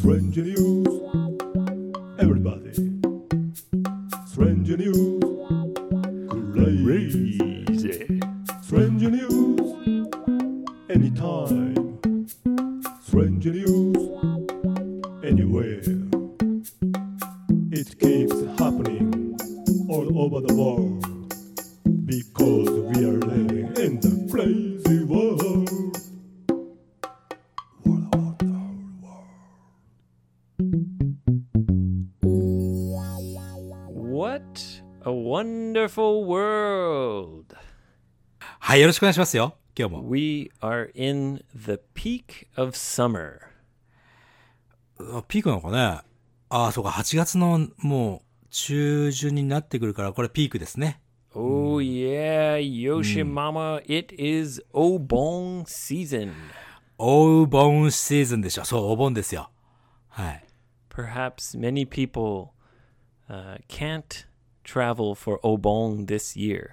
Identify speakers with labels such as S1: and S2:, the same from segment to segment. S1: Strange news. Everybody. Strange news. Crazy. Strange news. Anytime. Strange news. Anywhere. It keeps happening all over the world. Because we are living in the crazy world. What about the whole world?
S2: What a wonderful world!
S3: はい、よろしくお願いしますよ。今日も。
S2: We are in the peak of summer.
S3: あピークなのかねああ、そうか、8月のもう中旬になってくるから、これピークですね。
S2: Oh, yeah, Yoshimama, it is Obon season.
S3: お盆シーズンでしょ。そう、お盆ですよ。はい。
S2: Perhaps many people uh, can't travel for Obon this year.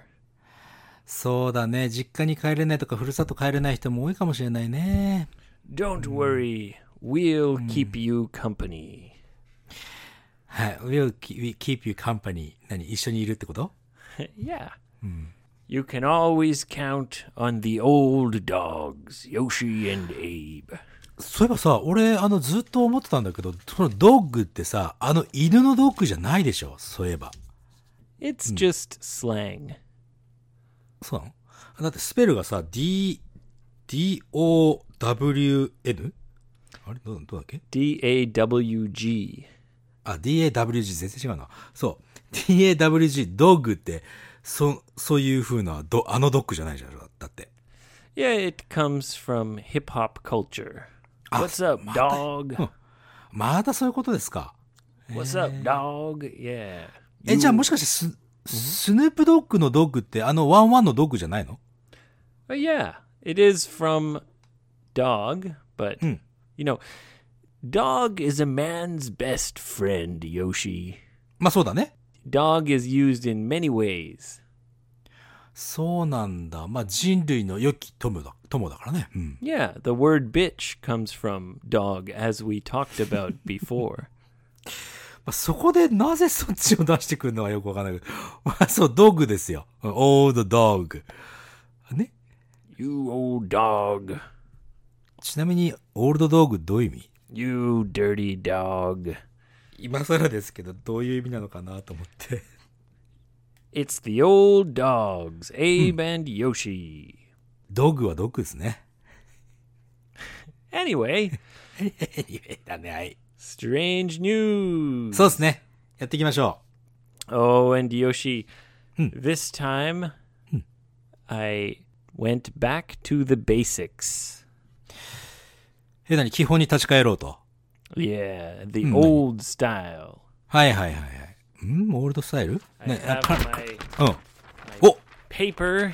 S3: そうだね。実家に帰れないとか、ふるさと帰れない人も多いかもしれないね。
S2: Don't worry, we'll keep you company.
S3: はい。We'll keep- we keep you company. 何一緒にいるってこと
S2: yeah. You can always count on the old dogs, Yoshi and Abe.
S3: そういえばさ、俺、あの、ずっと思ってたんだけど、そのドッグってさ、あの犬のドッグじゃないでしょ。そういえば。
S2: It's just slang.
S3: そうなのだってスペルがさ、D、D-O-W-N? あれどうどうだっけ
S2: D A W G.
S3: あ、D-A-W-G 全然違うな。そう。D-A-W-G、ドッグって、そ、そういう風な、ど、あのドッグじゃないじゃん。だって。
S2: Yeah, it comes from hip hop culture.
S3: Ah,
S2: What's up,
S3: mate.
S2: dog?
S3: またそういうことですか。
S2: What's up, dog? Yeah.
S3: え、じゃあもしかしてス、スヌープドッグのドッグって、あのワンワンのドッグじゃないの
S2: Oh, yeah, it is from dog, but you know, dog is a man's best friend, Yoshi.
S3: まあそうだね。
S2: Dog is used in many ways.
S3: そうなんだ。まあ人類の良き友だ、友だからね。うん。
S2: Yeah, the word bitch comes from dog, as we talked about before.
S3: まあ、そこでなぜそっちを出してくるのかよくわかんないけど。 まあ、そう、ドッグですよ。old dog。ね。
S2: you old dog.
S3: ちなみに、old dog どういう意味
S2: You dirty dog.
S3: 今更ですけど、どういう意味なのかなと思って。
S2: It's the old dogs, Abe and Yoshi.
S3: ドッグはドッグです ね。
S2: Anyway,
S3: だね、はい。
S2: strange news.
S3: そうですね。やっていきましょ
S2: Oh, and Yoshi, this time I went back to the basics.
S3: う。え、なに、基本に立ち返ろうと。
S2: Yeah, the old style.
S3: はいはいはいはい。うんオールドスタイル
S2: I
S3: ね、
S2: have
S3: あか
S2: my
S3: うん。
S2: paper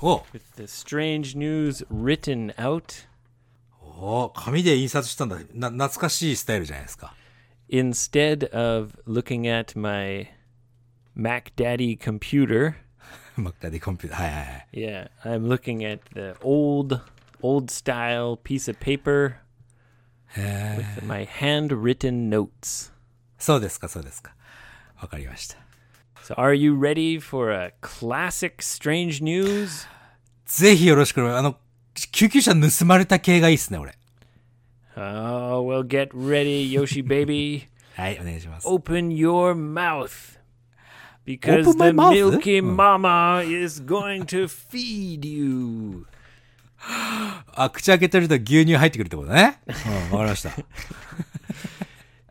S3: お
S2: with the strange news written out
S3: おお紙で印刷したんだ。な、懐かしいスタイルじゃないですか。
S2: instead of looking at my Mac Daddy computer.
S3: マッカディコンピューター。はいはいはい。
S2: Yeah, I'm looking at the old, old style piece of paper with my handwritten notes.
S3: そうですか、そうですか。わかりました。
S2: So, are you ready for a classic strange news?
S3: ぜひよろしく。あの、救急車盗まれた系がいいっすね、俺。
S2: Oh, well, get ready, Yoshi baby.
S3: はい、お願いします。
S2: Open your mouth. Because
S3: Open my
S2: the
S3: mouth, eh?
S2: milky mama is going to feed you.
S3: あ、口開けてると牛乳入ってくるってことね。うん、わかりました。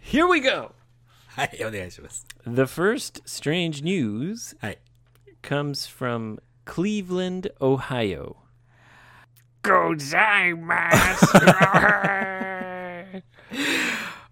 S2: Here we go.
S3: はい、お願いします。
S2: The first strange news
S3: はい。
S2: comes from Cleveland, Ohio. Gozaimasu!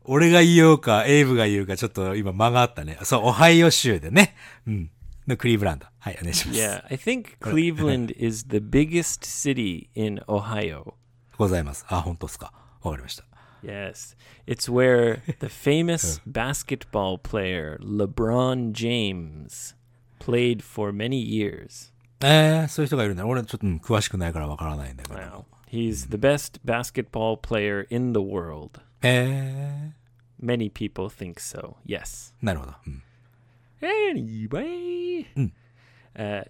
S3: 俺が言おうか、エイブが言うか、ちょっと今間があったね。そう、オハイオ州でね。うん。のクリーブランド。はい、お願いしま す。
S2: yeah, I think Cleveland is the biggest city in Ohio.
S3: ございます。あ、本当ですか。わかりました。
S2: Yes. It's where the famous basketball player LeBron James played for many years.
S3: えー、そういう人がいるんだ。俺ちょっと、うん詳しくないからわからないんだけど。
S2: Wow. He's the best basketball player in the world.
S3: えー。
S2: Many people think so. Yes.
S3: なるほど。うん。
S2: Anyway, uh,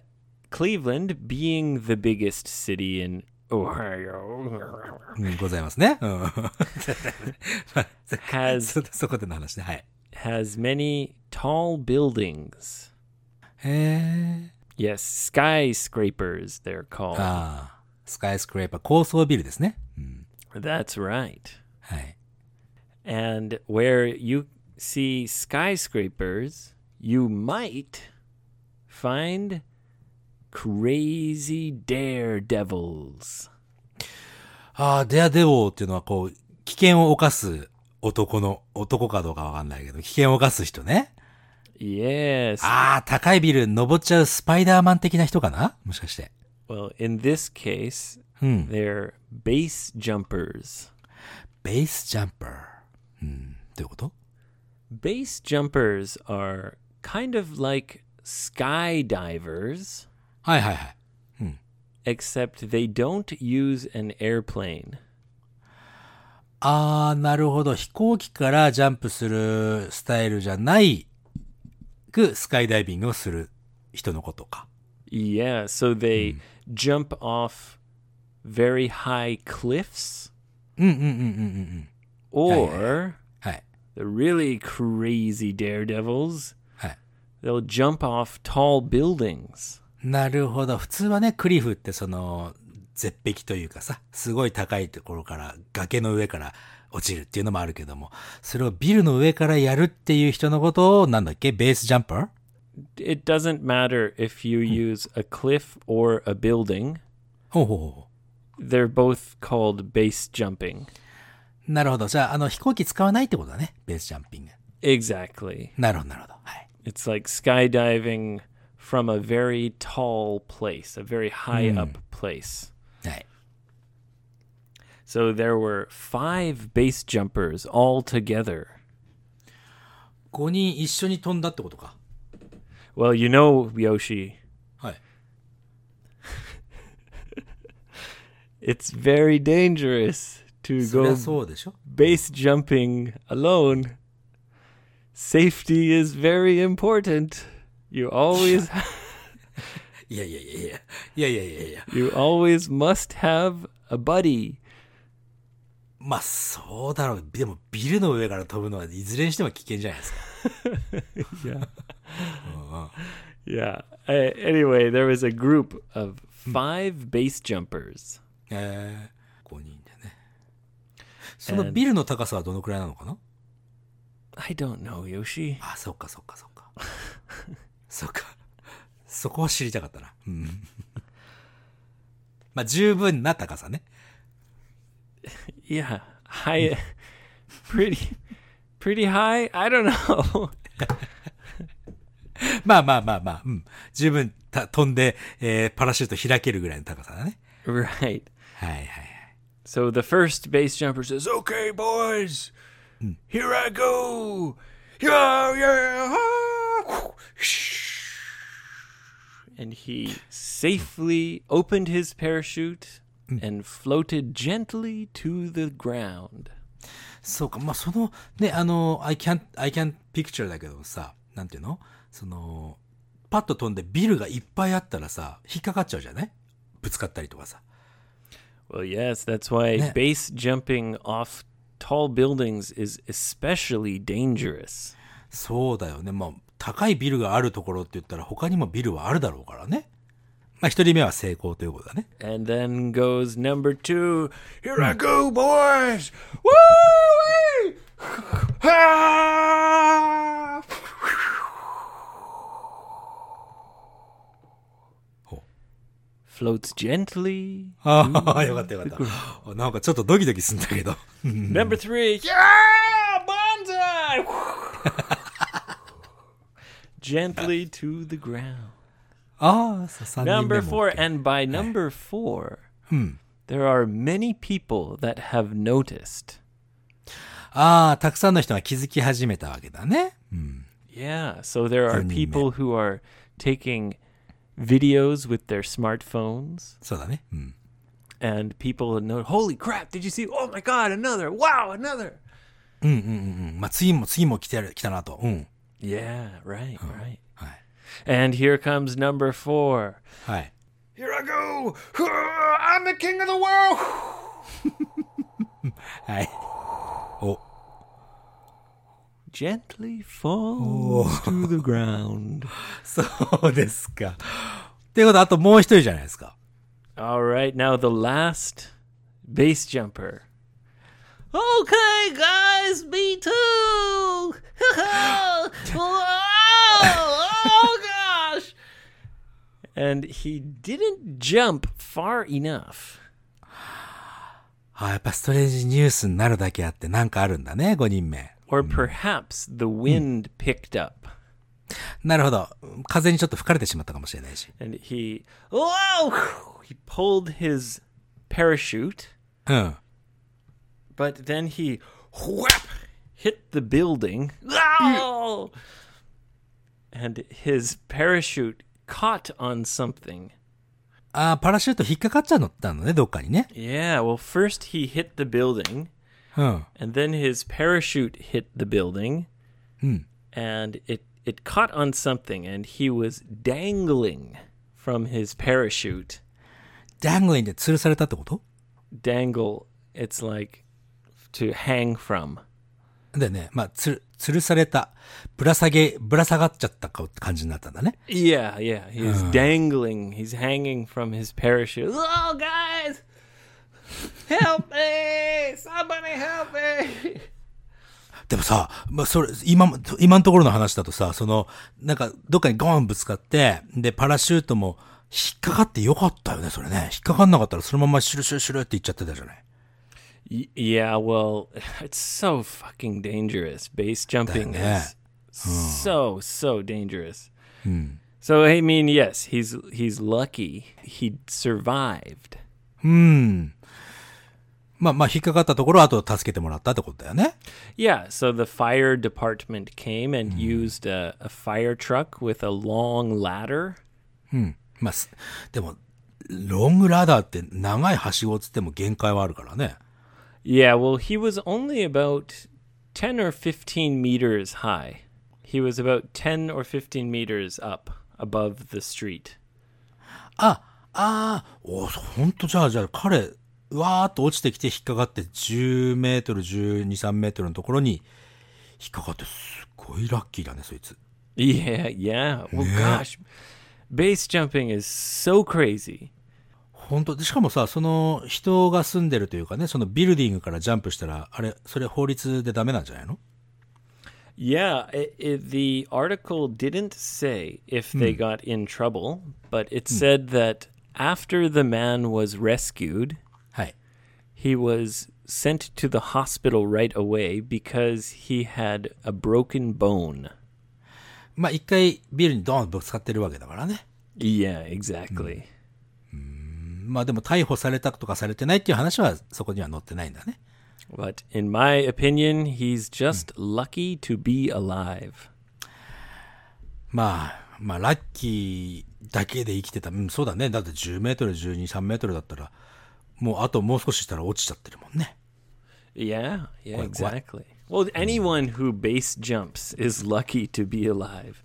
S2: Cleveland being the biggest city in Ohio
S3: うんございますね。うん。まあそ
S2: has
S3: そ そこでの話ね。はい。
S2: has many tall buildings.
S3: へえ。
S2: Yes, skyscrapers they're called.
S3: ああ。スカイスクレーパー、高層ビルですね。うん。
S2: That's right.
S3: はい。
S2: And where you see skyscrapers, you might find crazy daredevils.
S3: ああ、デアデオっていうのはこう、危険を犯す男の、男かどうかわかんないけど、危険を犯す人ね。
S2: Yes.
S3: ああ、高いビル登っちゃうスパイダーマン的な人かなもしかして。
S2: Well, in this case, they're base jumpers.
S3: ベースジャンパー。うん。どういうこと
S2: Base jumpers are kind of like skydivers,
S3: はいはいはい。
S2: except they don't use an airplane.
S3: あー、なるほど。飛行機からジャンプするスタイルじゃないくスカイダイビングをする人のことか。
S2: Yeah, so they jump off very high cliffs
S3: うんうんうんうんうん。
S2: or
S3: はい。
S2: the really crazy daredevils,
S3: はい。
S2: they'll jump off tall buildings.
S3: なるほど。普通はね、クリフってその、絶壁というかさ、すごい高いところから、崖の上から落ちるっていうのもあるけども、それをビルの上からやるっていう人のことを、なんだっけベースジャンパー
S2: It doesn't matter if you use a cliff or a building.
S3: ほうほうほ
S2: They're both called base jumping.
S3: う。なるほど。じゃあ、あの、飛行機使わないってことだね。ベースジャンピング。
S2: Exactly.
S3: なるほど、なるほど。はい。
S2: It's like skydiving from a very tall place, a very high up place.
S3: はい。
S2: So there were five base jumpers all together.
S3: 5人一緒に飛んだってことか。
S2: Well, you know, Yoshi,
S3: はい。
S2: it's very dangerous to
S3: そりゃ
S2: go
S3: そうでしょ
S2: base jumping alone. Safety is very important. You always
S3: いやいやいやいや。いやいやいやいや。
S2: you always must have a buddy.
S3: まあ、そうだろう。でも、ビルの上から飛ぶのは、いずれにしても危険じゃないですか。
S2: Yeah. yeah. Uh, anyway, there was a group of five base jumpers.
S3: ええ5人でね。そのビルの高さはどのくらいなのかな
S2: I don't know, Yoshi.
S3: あ、そっかそっかそっか。 そっか。そこは知りたかったな。うん。 まあ、十分な高さね。
S2: Yeah. High pretty pretty high? I don't know.
S3: まあまあまあまあ、うん。十分た飛んで、えーパラシュート開けるぐらいの高さだね。
S2: right.
S3: はいはいはい。
S2: So the first base jumper says, "Okay, boys, here I go." Yeah, yeah. ah." And he safely opened his parachute and floated gently to the ground.
S3: そうか、まあ、その、ね、あの、I can't, I can't picture だけどさ、なんていうのその、パッと飛んでビルがいっぱいあったらさ、引っかかっちゃうじゃないぶつかったりとかさ。
S2: Well, yes, that's why
S3: Yeah.
S2: base jumping off tall buildings is especially dangerous.
S3: そうだよね。まあ、高いビルがあるところって言ったら他にもビルはあるだろうからね。まあ、一人目は成功ということだね。
S2: And then goes number two. Here I go, boys! Woo! hey! Ah!
S3: ほ
S2: Floats gently.
S3: ああ、よかったよかったあ。 なんかちょっとドキドキすんだけど。
S2: Number three. Yeah! Bonsai! gently to the ground.
S3: ああ、さ三人目も
S2: Number four. And by number four, there are many people that have noticed.
S3: ああ、たくさんの人が気づき始めたわけだね。
S2: Yeah, so there are people who are taking videos with their smartphones
S3: そうだね。うん。
S2: and people know, holy crap, did you see? Oh my god, another. Wow, another.
S3: うんうんうんうん。まあ、次も、次も来てる、来たなと。うん。
S2: Yeah, right, right.
S3: はい。
S2: And here comes number four.
S3: はい。
S4: Here I go! I'm the king of the world!
S3: はい。お、
S2: Gently falls to the ground.
S3: そうですか。っていうことは、あともう一人じゃないですか。
S2: All right, now the last base jumper. Okay, guys, me too. oh, gosh. And he didn't jump far enough.
S3: あやっぱストレージニュースになるだけあってなんかあるんだね、5人目。
S2: Or perhaps the wind picked up
S3: なるほど。風にちょっと吹かれてしまったかもしれないし。
S2: and he, whoa, he pulled his parachute,
S3: うん。
S2: but then he whap, hit the building. Ow! And his parachute caught on something.
S3: あーパラシュート引っかかっちゃうのったのね、どっかにね。
S2: Yeah, well, first he hit the building,
S3: うん。
S2: and then his parachute hit the building, and it, it caught on something, and he was dangling from his parachute.
S3: ジャングリンで吊るされたってこと
S2: Dangle, it's like to hang from.
S3: だよね。まあ、つる、吊るされた。ぶら下げ、ぶら下がっちゃったかって感じになったんだね。
S2: Yeah, yeah, he's dangling, he's hanging from his parachute.
S4: Oh, guys! Help me! Somebody help me!
S3: でもさ、まあ、それ、今も、今のところの話だとさ、その、なんか、どっかにゴーンぶつかって、で、パラシュートも引っかかってよかったよね、それね。引っかかんなかったらそのままシュルシュルシュルっていっちゃってたじゃない。
S2: Y- yeah, well, it's so fucking dangerous. Base jumping
S3: Dang
S2: is so so dangerous. So I mean, yes, he's he's lucky he survived.
S3: まあまあ、引っかかったところ、あと助けてもらったってことだよね。
S2: Yeah, so the fire department came and used a, a fire truck with a long ladder.
S3: まあ、すでも、ロングラダーって長いはしごっつっても限界はあるからね。
S2: Yeah, well, he was only about 10 or 15 meters high. He was about 10 or 15 meters up above the street.
S3: あ、ああ、お、ほんとじゃあ、じゃあ彼、うわーっと落ちてきて引っかかって10メートル、12、3メートルのところに引っかかってすごいラッキーだね、そいつ。
S2: Yeah, yeah. Well, gosh, base jumping is so crazy.
S3: 本当で、しかもさ、その人が住んでるというかね、そのビルディングからジャンプしたら、あれ、それ法律でダメなんじゃないの
S2: Yeah, it, it, the article didn't say if they got in trouble, but it said that after the man was rescued,
S3: はい。
S2: he was sent to the hospital right away because he had a broken bone.
S3: まあ、一回ビルにドーンとぶつかってるわけだからね。
S2: Yeah, exactly.
S3: まあでも逮捕されたとかされてないっていう話はそこには載ってないんだね。
S2: But in my opinion, he's just lucky to be alive.
S3: まあ、まあ、ラッキーだけで生きてた。うん、そうだね。だって10メートル、12、3メートルだったら、もうあともう少ししたら落ちちゃってるもんね。
S2: Yeah, yeah,
S3: Like what?
S2: exactly. Well, anyone who base jumps is lucky to be alive.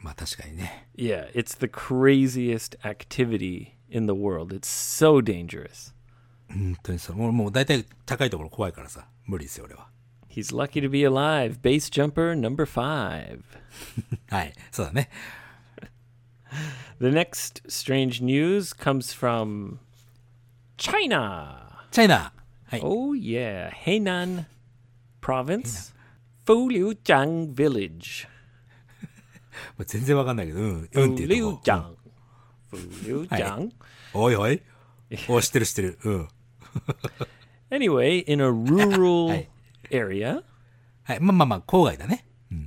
S3: まあ確かにね。
S2: Yeah, it's the craziest activity in the world. It's so dangerous.
S3: 本当にさ、もう、もう大体高いところ怖いからさ、無理ですよ、俺は。
S2: He's lucky to be alive. Base jumper number five.
S3: はい、そうだね。
S2: The next strange news comes from China.
S3: チャイナはい。
S2: Oh, yeah. Hainan province, Fuliujiang village.
S3: もう全然わかんないけど、うん、うんっていうとこ。
S2: Fuliujiang. Fuliujiang.
S3: おいお い。お、知ってる知ってる。うん。
S2: Anyway, in a rural
S3: Hey.
S2: area,
S3: はい、まあまあまあ、郊外だね。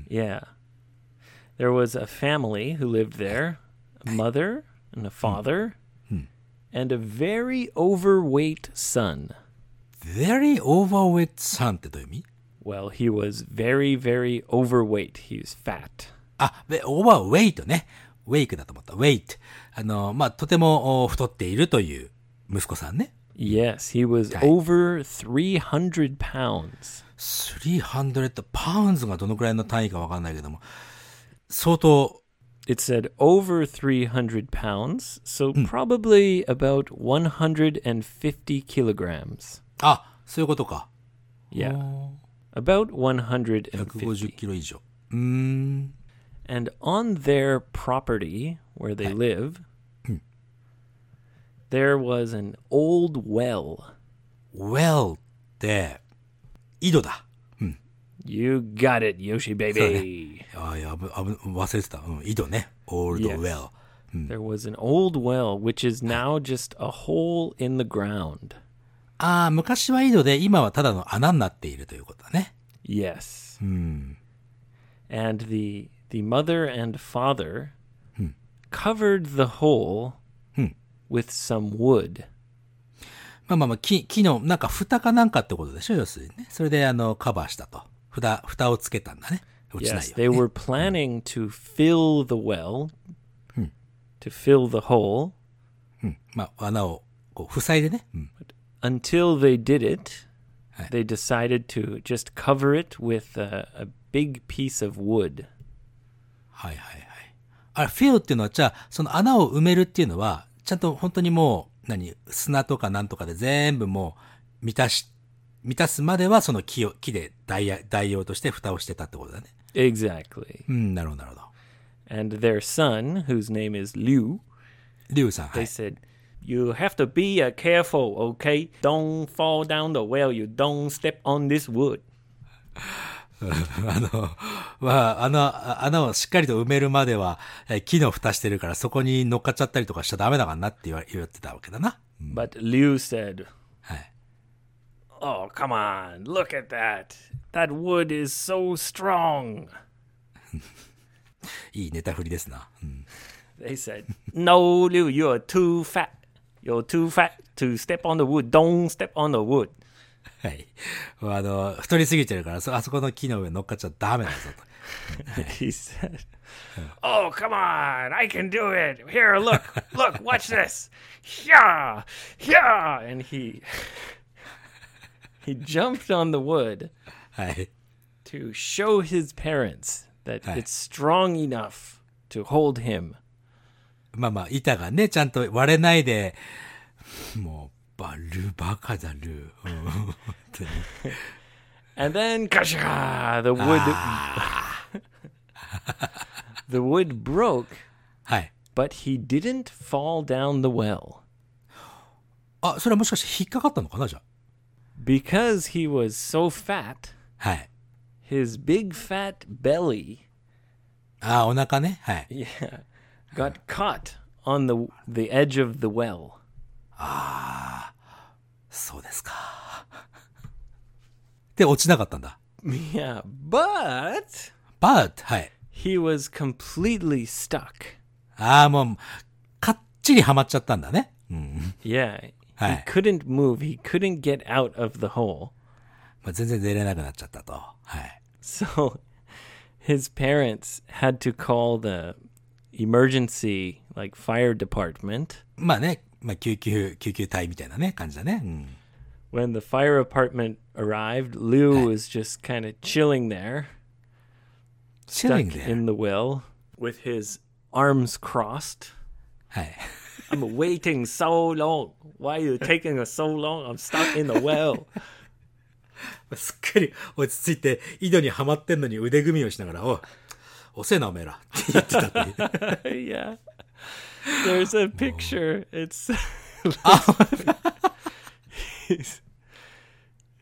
S2: yeah, there was a family who lived there a mother and a father, and a very overweight son.
S3: very overweight son ってどういう意味
S2: Well, he was very, very overweight. He's fat.
S3: あ、で、オーバーウェイトね。ウェイクだと思った。ウェイト。あの、まあ、とてもお太っているという息子さんね。
S2: Yes, he was
S3: Right.
S2: over 300 pounds.
S3: 300パウンズがどのくらいの単位かわかんないけども、相当、
S2: It said over 300 pounds, so probably about 150 kilograms.
S3: あ、そういうことか。
S2: Yeah, about 150.
S3: 150キロ以上。うーん。
S2: And on their property where they live, there was an old well.
S3: well って、井戸だ。
S2: You got it, Yoshi baby.
S3: ああ、やぶ、あぶ、忘れてた。うん、井戸ね。old
S2: Yes.
S3: well.
S2: There was an old well, which is now just a hole in the ground.
S3: ああ、昔は井戸で、今はただの穴になっているということだね。
S2: Yes. And the the mother and father covered the hole with some wood.
S3: まあまあまあ、木、木の、なんか蓋かなんかってことでしょ、要するにね。それで、あの、カバーしたと。蓋、蓋をつけたんだね。落ちな
S2: Yes,
S3: いよ
S2: they
S3: うにね。
S2: were planning to fill the well, to fill the hole.
S3: まあ、穴を、こう、塞いでね。うん。
S2: Until they did it, they decided to just cover it with a, a big piece of wood.
S3: はいはいはい。あれ、フィルっていうのは、じゃあ、その穴を埋めるっていうのは、ちゃんと本当にもう、何、砂とかなんとかで全部もう、満たし、満たすまでは、その木を、木で代や代用として蓋をしてたってことだね。
S2: Exactly.
S3: うん、なるほどなるほど。
S2: And their son, whose name is Liu,
S3: リュウさん、は
S2: They
S3: い。
S2: said, "You have to be uh, careful, okay? Don't fall down the well. You don't step on this wood."
S3: あの、まあ、あの、あ穴をしっかりと埋めるまでは、え木の蓋してるから、そこに乗っかっちゃったりとかしちゃダメだからなって言わ言ってたわけだな。
S2: But Liu said,
S3: はい。
S2: "Oh, come on! Look at that. That wood is so strong."
S3: いいネタ振りですな。うん、
S2: They said, "No, Liu, you're too fat. You're too fat to step on the wood. Don't step on the wood."
S3: はい。まああの、太りすぎてるから、そ、あそこの木の上乗っかっちゃダメだぞと。
S2: he said, "Oh, come on! I can do it. Here, look, look, watch this. Yeah, yeah!" And he he jumped on the wood
S3: はい。
S2: to show his parents that
S3: Hi.
S2: it's strong enough to hold him.
S3: まあまあ、板がね、ちゃんと割れないで、もう、バルバカだる。うん本当に
S2: And then, kasha! The wood Ah. the wood broke,
S3: はい。
S2: but he didn't fall down the well.
S3: あ、それはもしかして引っかかったのかなじゃ
S2: Because he was so fat,
S3: あ。はい。
S2: his big fat belly
S3: あ、お腹ね。はい。
S2: Yeah. Got caught on the the edge of the well.
S3: そうですか。 で、落ちなかったんだ。
S2: Yeah, but
S3: but, はい。
S2: he was completely stuck.
S3: ああ、もう、かっちりハマっちゃったんだね。うん。
S2: Yeah. He
S3: Hi.
S2: couldn't move. He couldn't get out of the hole.
S3: まあ、全然出れなくなっちゃったと。はい。
S2: So his parents had to call the emergency like fire department.
S3: まあね、まあ、救急、救急隊みたいなね、感じだね。うん。
S2: When the fire department arrived, Lou was just kind of chilling there,
S3: チ
S2: stuck
S3: リングで。
S2: in the well with his arms crossed.
S3: はい。
S2: I'm waiting so long. Why are you taking us so long? I'm stuck in the well.
S3: すっかり落ち着いて、井戸にはまってんのに腕組みをしながら、おい、遅えな、おめえら。って言ってたっていう。
S2: yeah. There's a picture. It's he's,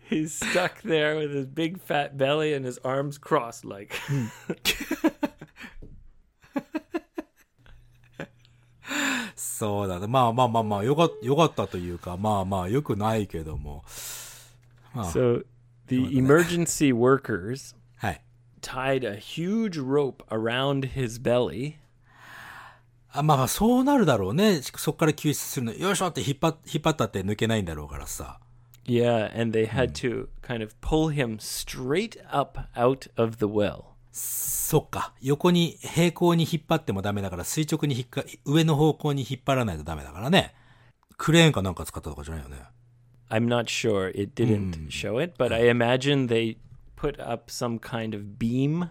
S2: he's stuck there with his big fat belly and his arms crossed like
S3: そうだね。まあまあまあまあ、よかった、よかったというか、まあまあ、よくないけども。
S2: so the emergency workers
S3: はい。
S2: tied a huge rope around his belly
S3: あまあまあ、そうなるだろうね。そっから救出するの。よいしょって引っ張っ引っ張ったって抜けないんだろうからさ。
S2: yeah and they had to kind of pull him straight up out of the well
S3: そっか。横に、平行に引っ張ってもダメだから、垂直に引っか、上の方向に引っ張らないとダメだからね。クレーンかなんか使ったとかじゃないよね。
S2: I'm not sure. It didn't show it, but I imagine they put up some kind of beam.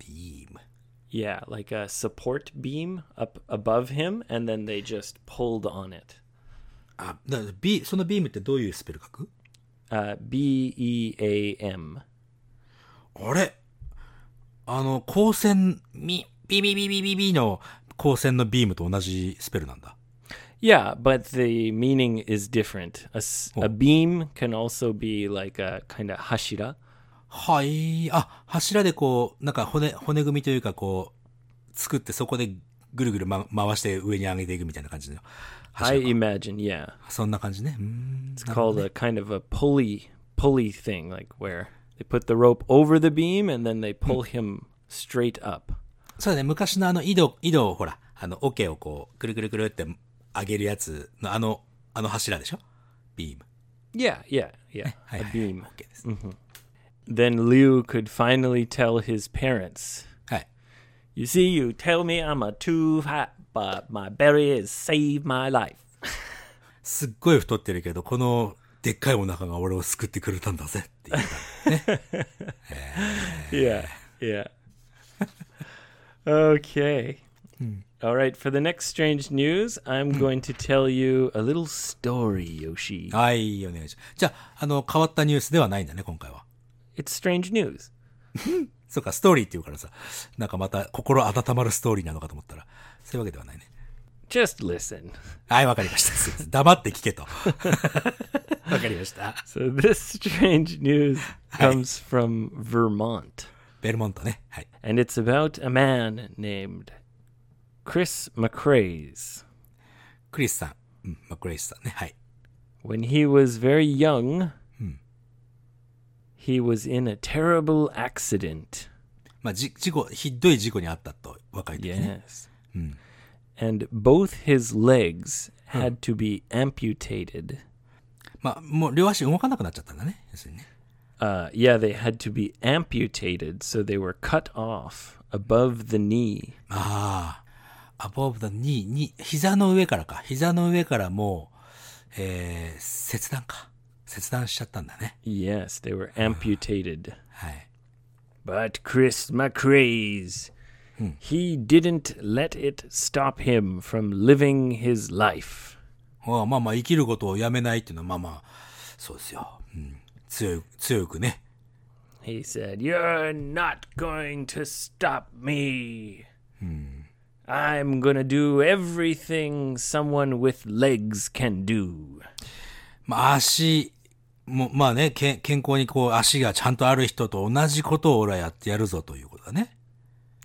S3: Beam.
S2: Yeah, like a support beam up above him, and then they just pulled on it.
S3: あ、だからビそのビームってどういうスペル書く
S2: Uh, B E A M.
S3: あれあの、光線、みビビビビビビの光線のビームと同じスペルなんだ。
S2: Yeah, but the meaning is different. A, s- a beam can also be like a kind of hashira.
S3: はい。あ、柱でこう、なんか骨、骨組みというかこう、作ってそこでぐるぐる、ま、回して上に上げていくみたいな感じの
S2: I
S3: 柱か。
S2: imagine, yeah.
S3: そんな感じね。うーん
S2: It's called a kind of a pulley pulley thing, like where they put the rope over the beam and then they pull him straight up.
S3: そうだね、昔のあの井戸、井戸をほら、あの、桶をこう、くるくるくるって上げるやつのあの、あの柱でしょビーム。
S2: Yeah, yeah, yeah.
S3: はい
S2: A
S3: はい、は
S2: beam.
S3: い。
S2: Mm-hmm.
S3: オッケーです。
S2: Then Liu could finally tell his parents,
S3: はい。
S2: "You see, you tell me I'm a too fat, but my berry has saved my life."
S3: すっごい太ってるけど、この、でっかいお腹が俺を救ってくれたんだぜ っていう。
S2: yeah, yeah. okay. All right, for the next strange news, I'm going to tell you a little story, Yoshi.
S3: Oh. はい、お願いします。じゃあ、あの、変わったニュースではないんだね、今回は。
S2: It's strange news.
S3: そうか、ストーリーって言うからさ、なんかまた心温まるストーリーなのかと思ったら、そういうわけではないね。
S2: Just listen.
S3: はい、わかりましたす いません。黙って聞けと。わかりました。
S2: So, this strange news comes from Vermont,
S3: ベルモントね。はい。
S2: and it's about a man named Chris McCraze.
S3: クリスさん。うん、マクレイスさんね。はい。
S2: When he was very young, he was in a terrible accident.
S3: まあ、じ、事故、ひどい事故にあったと、若い時ね。
S2: Yes. And both his legs had to be amputated.
S3: まあ、もう両足動かなくなっちゃったんだね。要するにね。
S2: Uh, yeah, they had to be amputated, so they were cut off above the knee.
S3: ああ、above the knee, に、膝の上からか。膝の上からもう、えー、切断か。切断しちゃったんだね。
S2: Yes, they were amputated.
S3: はい。
S2: But Chris McCraze, he didn't let it stop him from living his life.
S3: まあまあまあ、生きることをやめないっていうのは、まあまあ、そうですよ。うん。強い、強くね。
S2: He said, You're not going to stop me. I'm going to do everything someone with legs can do.
S3: まあ、足、も、まあね、け健康にこう、足がちゃんとある人と同じことを俺はやってやるぞということだね。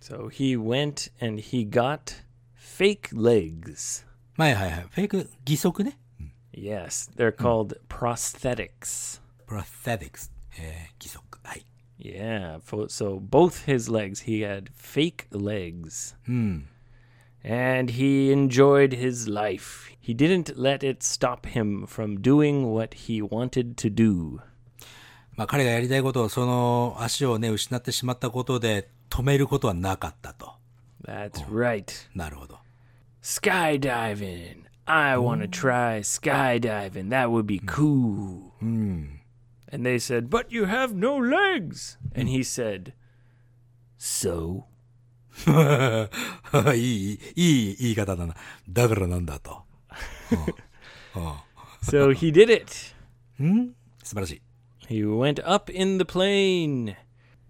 S2: So he went and he got fake legs.
S3: まあ、はいはいはい。フェイク、義足ね。
S2: Yes, they're called prosthetics.
S3: プロセティクス。えー、義足。はい。
S2: Yeah, fo- so both his legs, he had fake legs. And he enjoyed his life. He didn't let it stop him from doing what he wanted to do.
S3: まあ、彼がやりたいことを、その足をね、失ってしまったことで止めることはなかったと。
S2: That's right.
S3: なるほど。
S2: Skydiving. I want to try skydiving. That would be cool. And they said, But you have no legs. And he said, So?
S3: いい、いい言い方だな。だからなんだと。
S2: So he did it.
S3: 素晴らしい。
S2: He went up in the plane.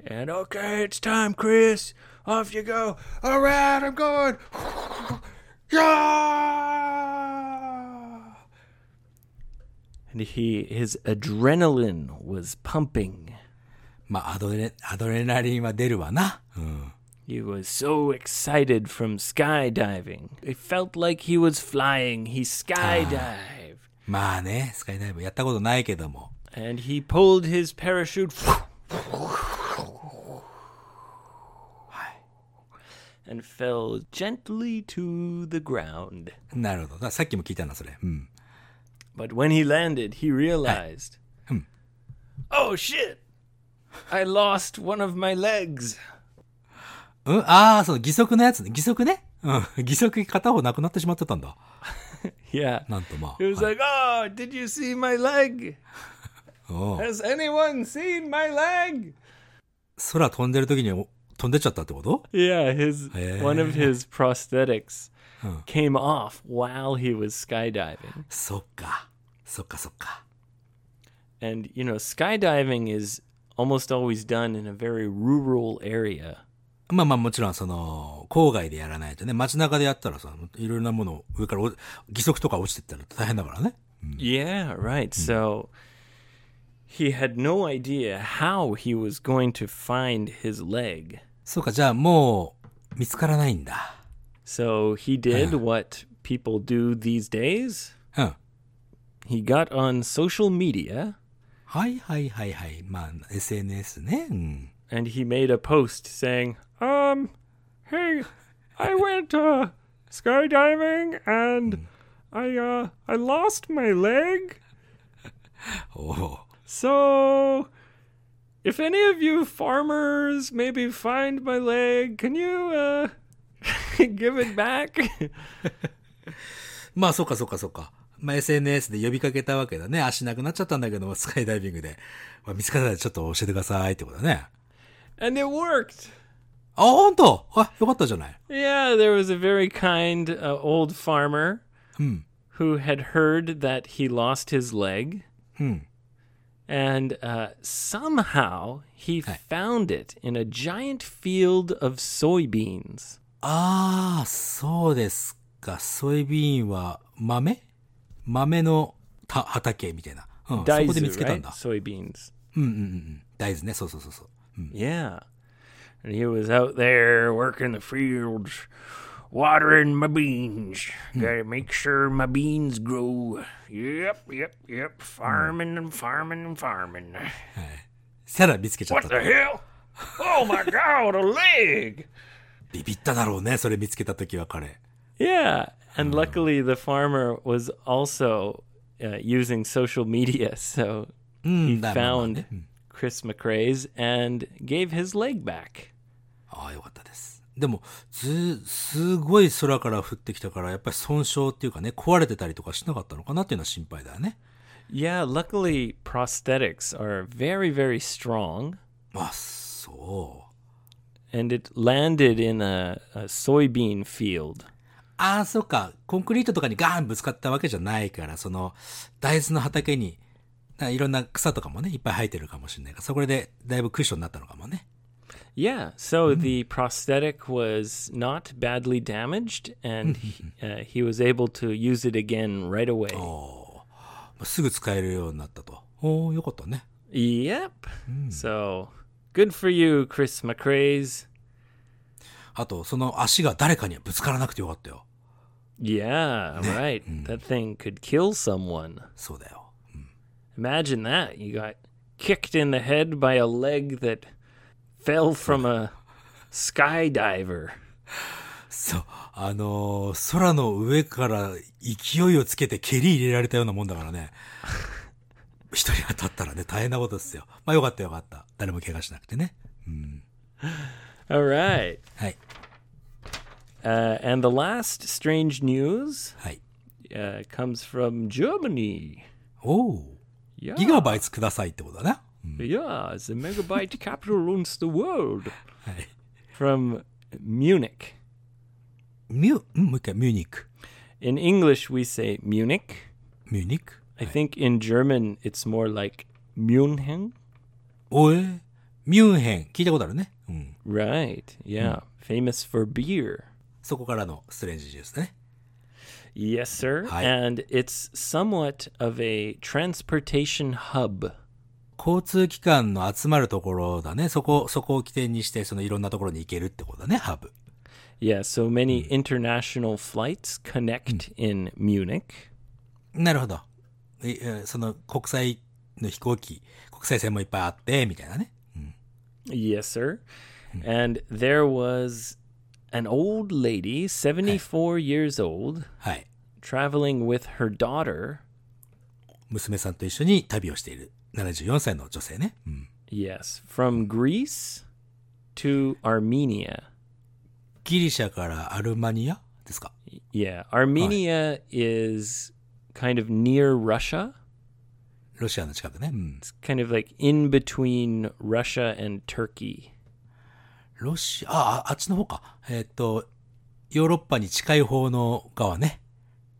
S2: And okay, it's time, Chris. Off you go.
S4: All right, I'm going. yeah!
S2: And he his adrenaline was pumping.
S3: まあ、アドレ、アドレナリンは出るわな。うん。
S2: He was so excited from skydiving. It felt like he was flying. He skydived.
S3: まあね、スカイダイブやったことないけども。
S2: And he pulled his parachute. And fell gently to the ground.
S3: なるほど。ださっきも聞いたな、それ。うん。
S2: But when he landed, he realized,
S3: Hmm.
S2: oh shit, I lost one of my legs.
S3: うんああ、その義足のやつね。義足ね。うん。義足片方なくなってしまってたんだ。
S2: Yeah.
S3: なんとまあ
S2: He was
S3: はい
S2: like, "Oh, did you see my leg?
S3: おう
S2: Has anyone seen my leg?"
S3: 空飛んでる時にお飛んでっちゃったってこと
S2: Yeah, his one of his prosthetics
S3: Huh.
S2: came off while he was skydiving.
S3: そっかそっかそっか
S2: And you know, skydiving is almost always done in a very rural area.
S3: まあまあもちろんその郊外でやらないとね街中でやったらさいろいろなもの上からお義足とか落ちてったら大変だからね
S2: Yeah, right. So he had no idea how he was going to find his leg.
S3: そうかじゃあもう見つからないんだ
S2: So he did what people do these days.
S3: うん
S2: He got on social media
S3: はいはいはいはいまあ SNS ねうん
S2: and he made a post saying, "Um, hey, I went uh, skydiving and I uh, I lost my leg.
S3: おお
S2: So, if any of you farmers maybe find my leg, can you uh, give it back?"
S3: まあそっかそっかそっか。まあ SNS で呼びかけたわけだね。足なくなっちゃったんだけども、 スカイダイビングで。まあ、見つからないでちょっと教えてくださいってことだね。
S2: and it worked.
S3: あ、ほんとあ、よかったじゃない。
S2: Yeah, there was a very kind uh, old farmer who had heard that he lost his leg. And uh, somehow he found it in a giant field of soybeans.
S3: ああ、そうですか。ソイビーンは豆豆のた畑みたいな。うん、そこで見つけたん
S2: right?
S3: だ。
S2: Soybeans.
S3: うんうんうんうん。大豆ね。そうそうそうそう。
S2: Yeah. And he was out there working the fields, watering my beans. Gotta make sure my beans grow. Yep, yep, yep. Farming and farming and farming.
S3: したら見つけちゃったと。
S2: hell? Oh my god, a leg!
S3: ビビっただろうね。それ見つけた時は彼。
S2: Yeah. And luckily, the farmer was also uh, using social media, so
S3: う
S2: he
S3: ん、だまあまあ
S2: found
S3: ね
S2: Chris McRae's and gave his leg back.
S3: ああ、よかったです。でも、ず、すごい空から降ってきたから、やっぱり損傷っていうかね、壊れてたりとかしなかったのかなっていうのは心配だよね。
S2: Yeah, luckily, prosthetics are very, very strong,
S3: あ、そう。
S2: and it landed in a, a soybean field.
S3: ああ、そっか。コンクリートとかにガーンぶつかったわけじゃないから、その、大豆の畑に、ないろんな草とかもね、いっぱい生えてるかもしれないから、そこでだいぶクッションになったのかもね。
S2: Yeah, so the prosthetic was not badly damaged, and he, uh, he was able to use it again right away.
S3: まあすぐ使えるようになったと。おー、よかったね。
S2: Yep. So good for you, Chris McRae's.
S3: あと、その足が誰かにはぶつからなくてよかったよ。
S2: Yeah, right. That thing could kill someone.
S3: そうだよ。
S2: Imagine that. You got kicked in the head by a leg that fell from a skydiver.
S3: そう、あのー空の上から勢いをつけて蹴り入れられたようなもんだからね。 一人当たったらね、大変なことですよ。まあよかったよかった。誰も怪我しなくてね。
S2: All right.
S3: はい。
S2: Uh, and the last strange news
S3: はい。
S2: uh, comes from Germany.
S3: おお。
S2: Yeah.
S3: ギガバイツくださいってことだな。
S2: Yeah, the megabyte capital owns the world.
S3: はい。
S2: From Munich.
S3: ミュ、んもう一回、ミュニック。
S2: In English, we say Munich.
S3: ミュニック
S2: I think in German it's more like München.
S3: おえミュンヘン。聞いたことあるね。うん。
S2: Right. Yeah. Hmm. Famous for beer.
S3: そこからのストレンジジュースね。
S2: Yes, sir.
S3: Hi.
S2: And it's somewhat of a transportation hub.
S3: 交通機関の集まるところだね。そこ、そこを起点にして、そのいろんなところに行けるってことだね、ハブ。
S2: Yeah, so many international flights connect in Munich.
S3: なるほど。ええその国際の飛行機、国際線もいっぱいあって、みたいなね。
S2: Yes, sir. And there was an old lady, 74 years old,
S3: はい。
S2: traveling with her daughter.
S3: 娘さんと一緒に旅をしている74歳の女性ね。うん、
S2: Yes, from Greece to Armenia.
S3: ギリシャからアルマニアですか
S2: Yeah. Armenia is kind of near Russia.
S3: ロシアの近くね。うん。
S2: It's kind of like in between Russia and Turkey.
S3: ロシア、あ、ああっちの方か。えーっと、ヨーロッパに近い方の側ね。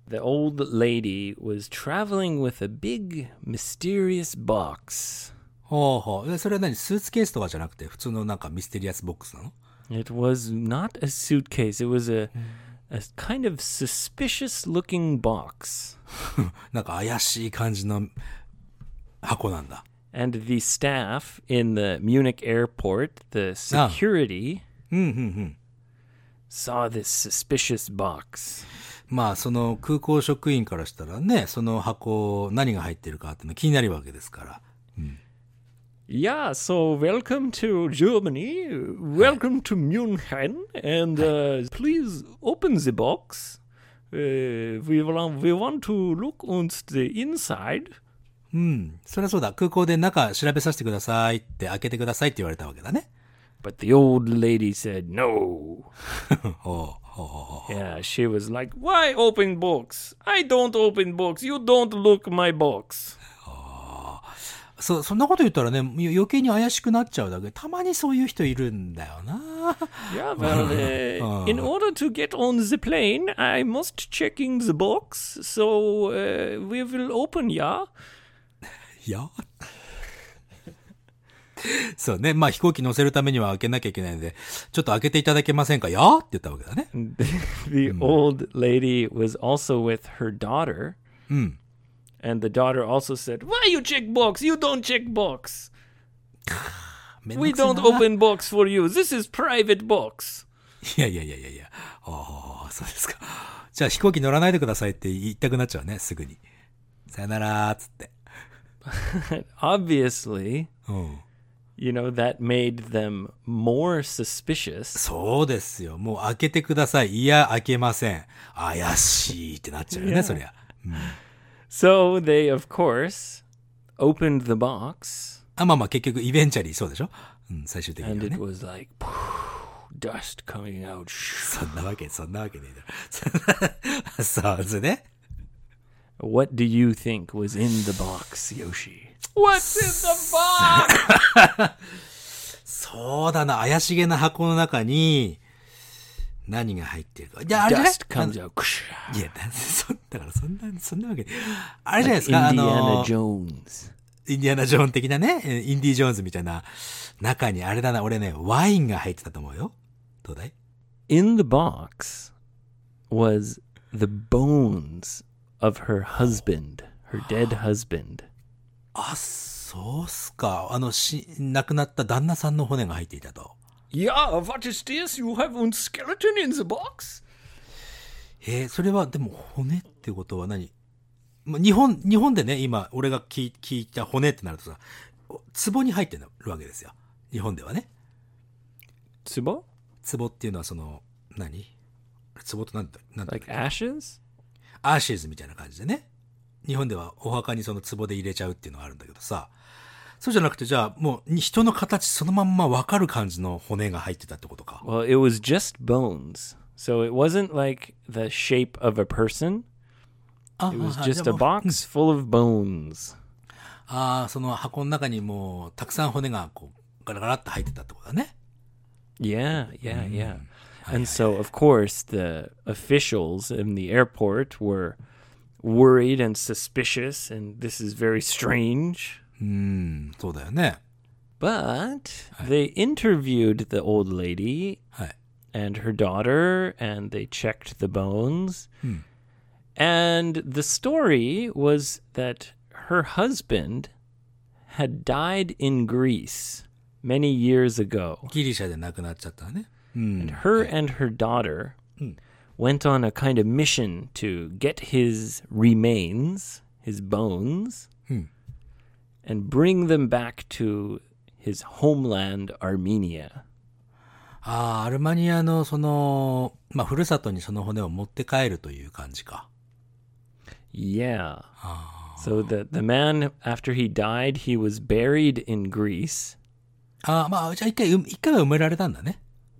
S2: The old lady was traveling with a big mysterious box.
S3: ほうほう。えそれは何スーツケースとかじゃなくて、普通のなんかミステリアスボックスなの
S2: It was not a suitcase. It was a a kind of suspicious looking box.
S3: なんか怪しい感じの箱なんだ。
S2: And the staff in the Munich airport, the security
S3: うんうんうん。
S2: saw this suspicious box.
S3: まあ、その空港職員からしたらね、その箱、何が入ってるかっていうの気になるわけですから。
S2: Yeah, so welcome to Germany. Welcome to München. And uh, please open the box. Uh, we, will, we want to look on the inside.
S3: うん。そりゃそうだ。空港で中調べさせてくださいって、開けてくださいって言われたわけだね。
S2: But the old lady said no.
S3: ほうほうほうほ
S2: Yeah, she was like, Why open box? I don't open box. You don't look my box.
S3: う。そ、そんなこと言ったらね、よ余計に怪しくなっちゃうだけ。たまにそういう人いるんだよ な。
S2: Yeah, well, uh, in order to get on the plane, I must check in the box. So uh, we will open, yeah?
S3: いや。 そうね。まあ飛行機乗せるためには開けなきゃいけないので、ちょっと開けていただけませんかいやって言ったわけだね。
S2: the old lady was also with her daughter. And the daughter also said, Why you check box? You don't check box.
S3: めんど
S2: We
S3: くせえな
S2: don't open box for you. This is private box.
S3: いやいやいやいやいや。ああ、そうですか。じゃあ飛行機乗らないでくださいって言いたくなっちゃうね、すぐに。さよならーっつって。
S2: Obviously,
S3: うん。
S2: you know, that made them more suspicious.
S3: そうですよ。もう開けてください。いや、開けません。怪しいってなっちゃうよね、そりゃ。
S2: So they, of course, opened the box
S3: あ、まあまあ結局、イベンチャリーそうでしょうん、最終的に
S2: and
S3: は
S2: it
S3: ね。
S2: was like dust coming out.
S3: そんなわけ、そんなわけねえだろ。そうですね。
S2: What do you think was in the box, Yoshi?
S3: そうだな、怪しげな箱の中に、何が入ってるか。いや、あれじゃない
S2: Dust comes out.
S3: いや、だそだからそんな、そんなわけで。あれじゃないですか、あ
S2: Indiana
S3: の、
S2: Jones.
S3: インディアナ・ジョーン的なね、えインディ・ジョーンズみたいな、中にあれだな、俺ね、ワインが入ってたと思うよ。どうだい
S2: In the box was the bones of her husband, her dead husband.
S3: あ、そうっすか。あの、し、亡くなった旦那さんの骨が入っていたと。
S2: Yeah, what is this? You have a skeleton in the box?
S3: えーそれは、でも骨ってことは何ま日本、日本でね、今、俺が聞い聞いた骨ってなるとさ、お壺に入ってるわけですよ。日本ではね。
S2: Tsubo?
S3: 壺っていうのはその、何壺となんだ、なんだっけ
S2: Like ashes?
S3: アーシーズみたいな感じでね。日本ではお墓にその壺で入れちゃうっていうのがあるんだけどさ。そうじゃなくて、じゃあもうに人の形そのまんまわかる感じの骨が入ってたってことか。
S2: Well, it was just bones. So it wasn't like the shape of a person.
S3: あ
S2: It was
S3: ああ
S2: just
S3: じ
S2: a
S3: ゃあも う
S2: box full of bones.
S3: ああ、その箱の中にもうたくさん骨がこうガラガラっと入ってたってことだね。
S2: Yeah, yeah, yeah. And so, of course, the officials in the airport were worried and suspicious, and this is very strange.
S3: うん、そうだよね。
S2: But they interviewed the old lady
S3: はい。
S2: and her daughter, and they checked the bones. And the story was that her husband had died in Greece many years ago.
S3: ギリシャで亡くなっちゃったね。
S2: And
S3: Mm.
S2: her and her daughter went on a kind of mission to get his remains, his bones, and bring them back to his homeland, Armenia.
S3: ああ、アルマニアのその、まあ、ふるさとにその骨を持って帰るという感じか。
S2: Yeah. So the, the man, after he died, he was buried in Greece.
S3: ああ、まあ、じゃあ一回、う一回は埋められたんだね。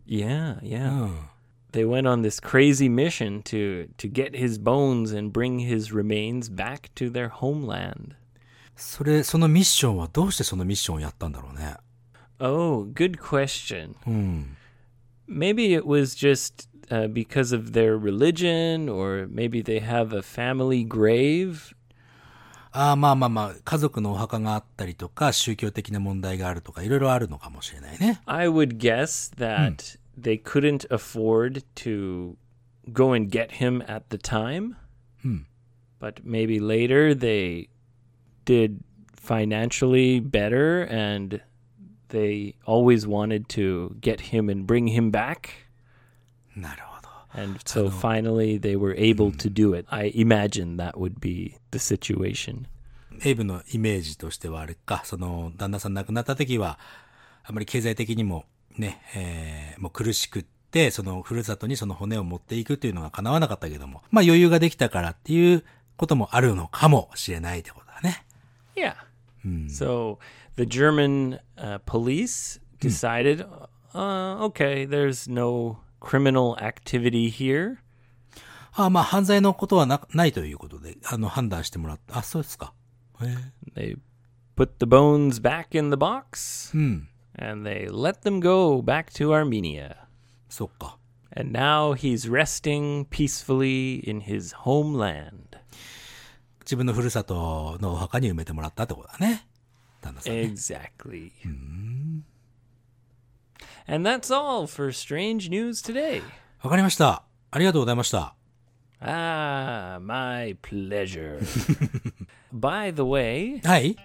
S3: Oh.
S2: Yeah, yeah. they went on this crazy mission to to get his bones and bring his remains back to their homeland.
S3: それ、そのミッションはどうしてそのミッションをやったんだろうね。
S2: Oh, good question.
S3: うん。
S2: Maybe it was just uh, because of their religion, or maybe they have a family grave.
S3: ああ、まあまあまあ、家族のお墓があったりとか、宗教的な問題があるとか、いろいろあるのかもしれないね。
S2: I would guess that they couldn't afford to go and get him at the time.
S3: Hmm.
S2: But maybe later they did financially better and they always wanted to get him and bring him back.
S3: なるほど。
S2: And so finally they were able to do it. I imagine that would be the situation.
S3: エイブのイメージとしてはあれか、その、旦那さん亡くなった時は、あまり経済的にもね、えーもう苦しくって、その、ふるさとにその骨を持っていくというのが叶わなかったけども、まあ余裕ができたからっていうこともあるのかもしれないってことだね。
S2: Yeah. So the German uh, police decided, uh, okay, there's no criminal activity here.
S3: ああ、まあ犯罪のことはな、ないということで、あの、判断してもらった。あ、そうですか。
S2: They put the bones back in the box
S3: うん。
S2: and they let them go back to Armenia.
S3: そっか。
S2: And now he's resting peacefully in his homeland.
S3: 自分のふるさとのお墓に埋めてもらったってことだね。旦那さんね。
S2: Exactly. And that's all for strange news today.
S3: わかりました。ありがとうございました。
S2: Ah, my pleasure. By the way,
S3: はい。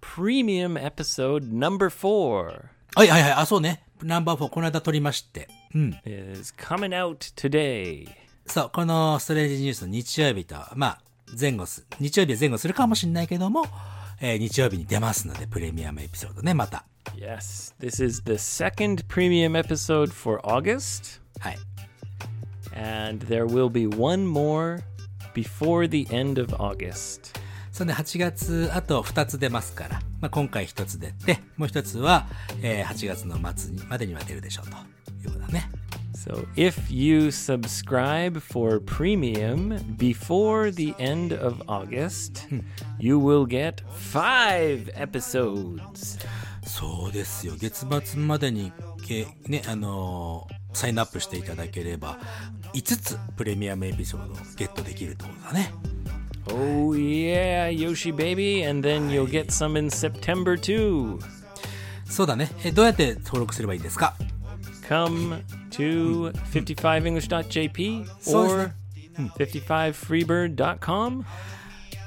S2: premium episode number four
S3: はいはいはい。あ、そうね。ナンバー4、この間撮りまして。うん。
S2: is coming out today.
S3: そう、このストレージニュースの日曜日と、まあ、前後す、日曜日は前後するかもしれないけども、えー日曜日に出ますので、プレミアムエピソードね、また。
S2: Yes, this is the second premium episode for August,
S3: はい。
S2: and there will be one more before the end of August.
S3: そんで8月、あと2つ出ますから、まあ、今回1つ出て、もう1つは、えー8月の末にまでには出るでしょうということだね。
S2: So if you subscribe for premium before the end of August, you will get five episodes.
S3: そうですよ月末までにけねあのーサインアップしていただければ5つプレミアムエピソードをゲットできるってことだね
S2: Oh yeah, Yoshi baby, and then you'll get some in September too.
S3: そうだねえどうやって登録すればいいんですか
S2: Come to 55english.jp
S3: そうですね
S2: or 55freebird.com.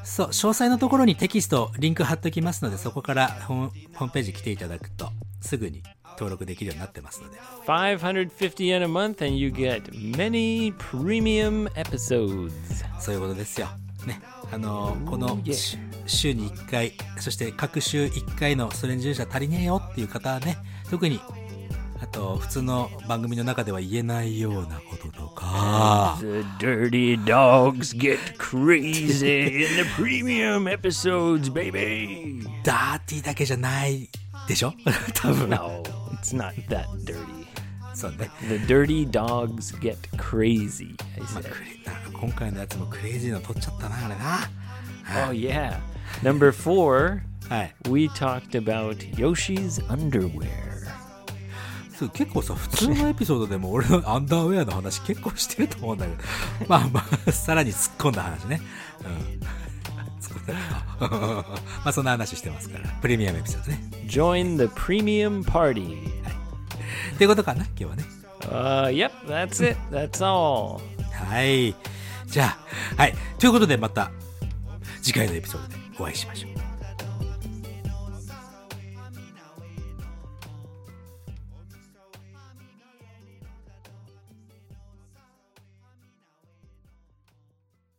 S3: そう詳細のところにテキストリンク貼っときますのでそこからホームホームページ来ていただくとすぐに登録できるようになってますので
S2: 550 yen a month, and you get many premium episodes.
S3: そういうことですよねあのーこのし週に1回そして各週1回のストレンジュー足りねえよっていう方はね特にあと普通の番組の中では言えないようなこととか
S2: The dirty dogs get crazy in the premium episodes, baby.
S3: ダーティーだけじゃないでしょ 多分
S2: No, it's not that dirty.
S3: そうね
S2: The dirty dogs get crazy. I
S3: まあ
S2: said.
S3: クレなんか今回のやつもクレイジーの取っちゃったなあれ な
S2: Oh yeah. Number four,
S3: はい
S2: we talked about Yoshi's underwear.
S3: そう結構さ普通のエピソードでも俺のアンダーウェアの話結構してると思うんだけどまあまあさらに突っ込んだ話ねうん突っ込んだ まあそんな話してますからプレミアムエピソードね
S2: Join the premium party.
S3: っていうことかな今日はね
S2: Uh, yep, that's it. That's all.
S3: はいじゃあはいということでまた次回のエピソードでお会いしましょう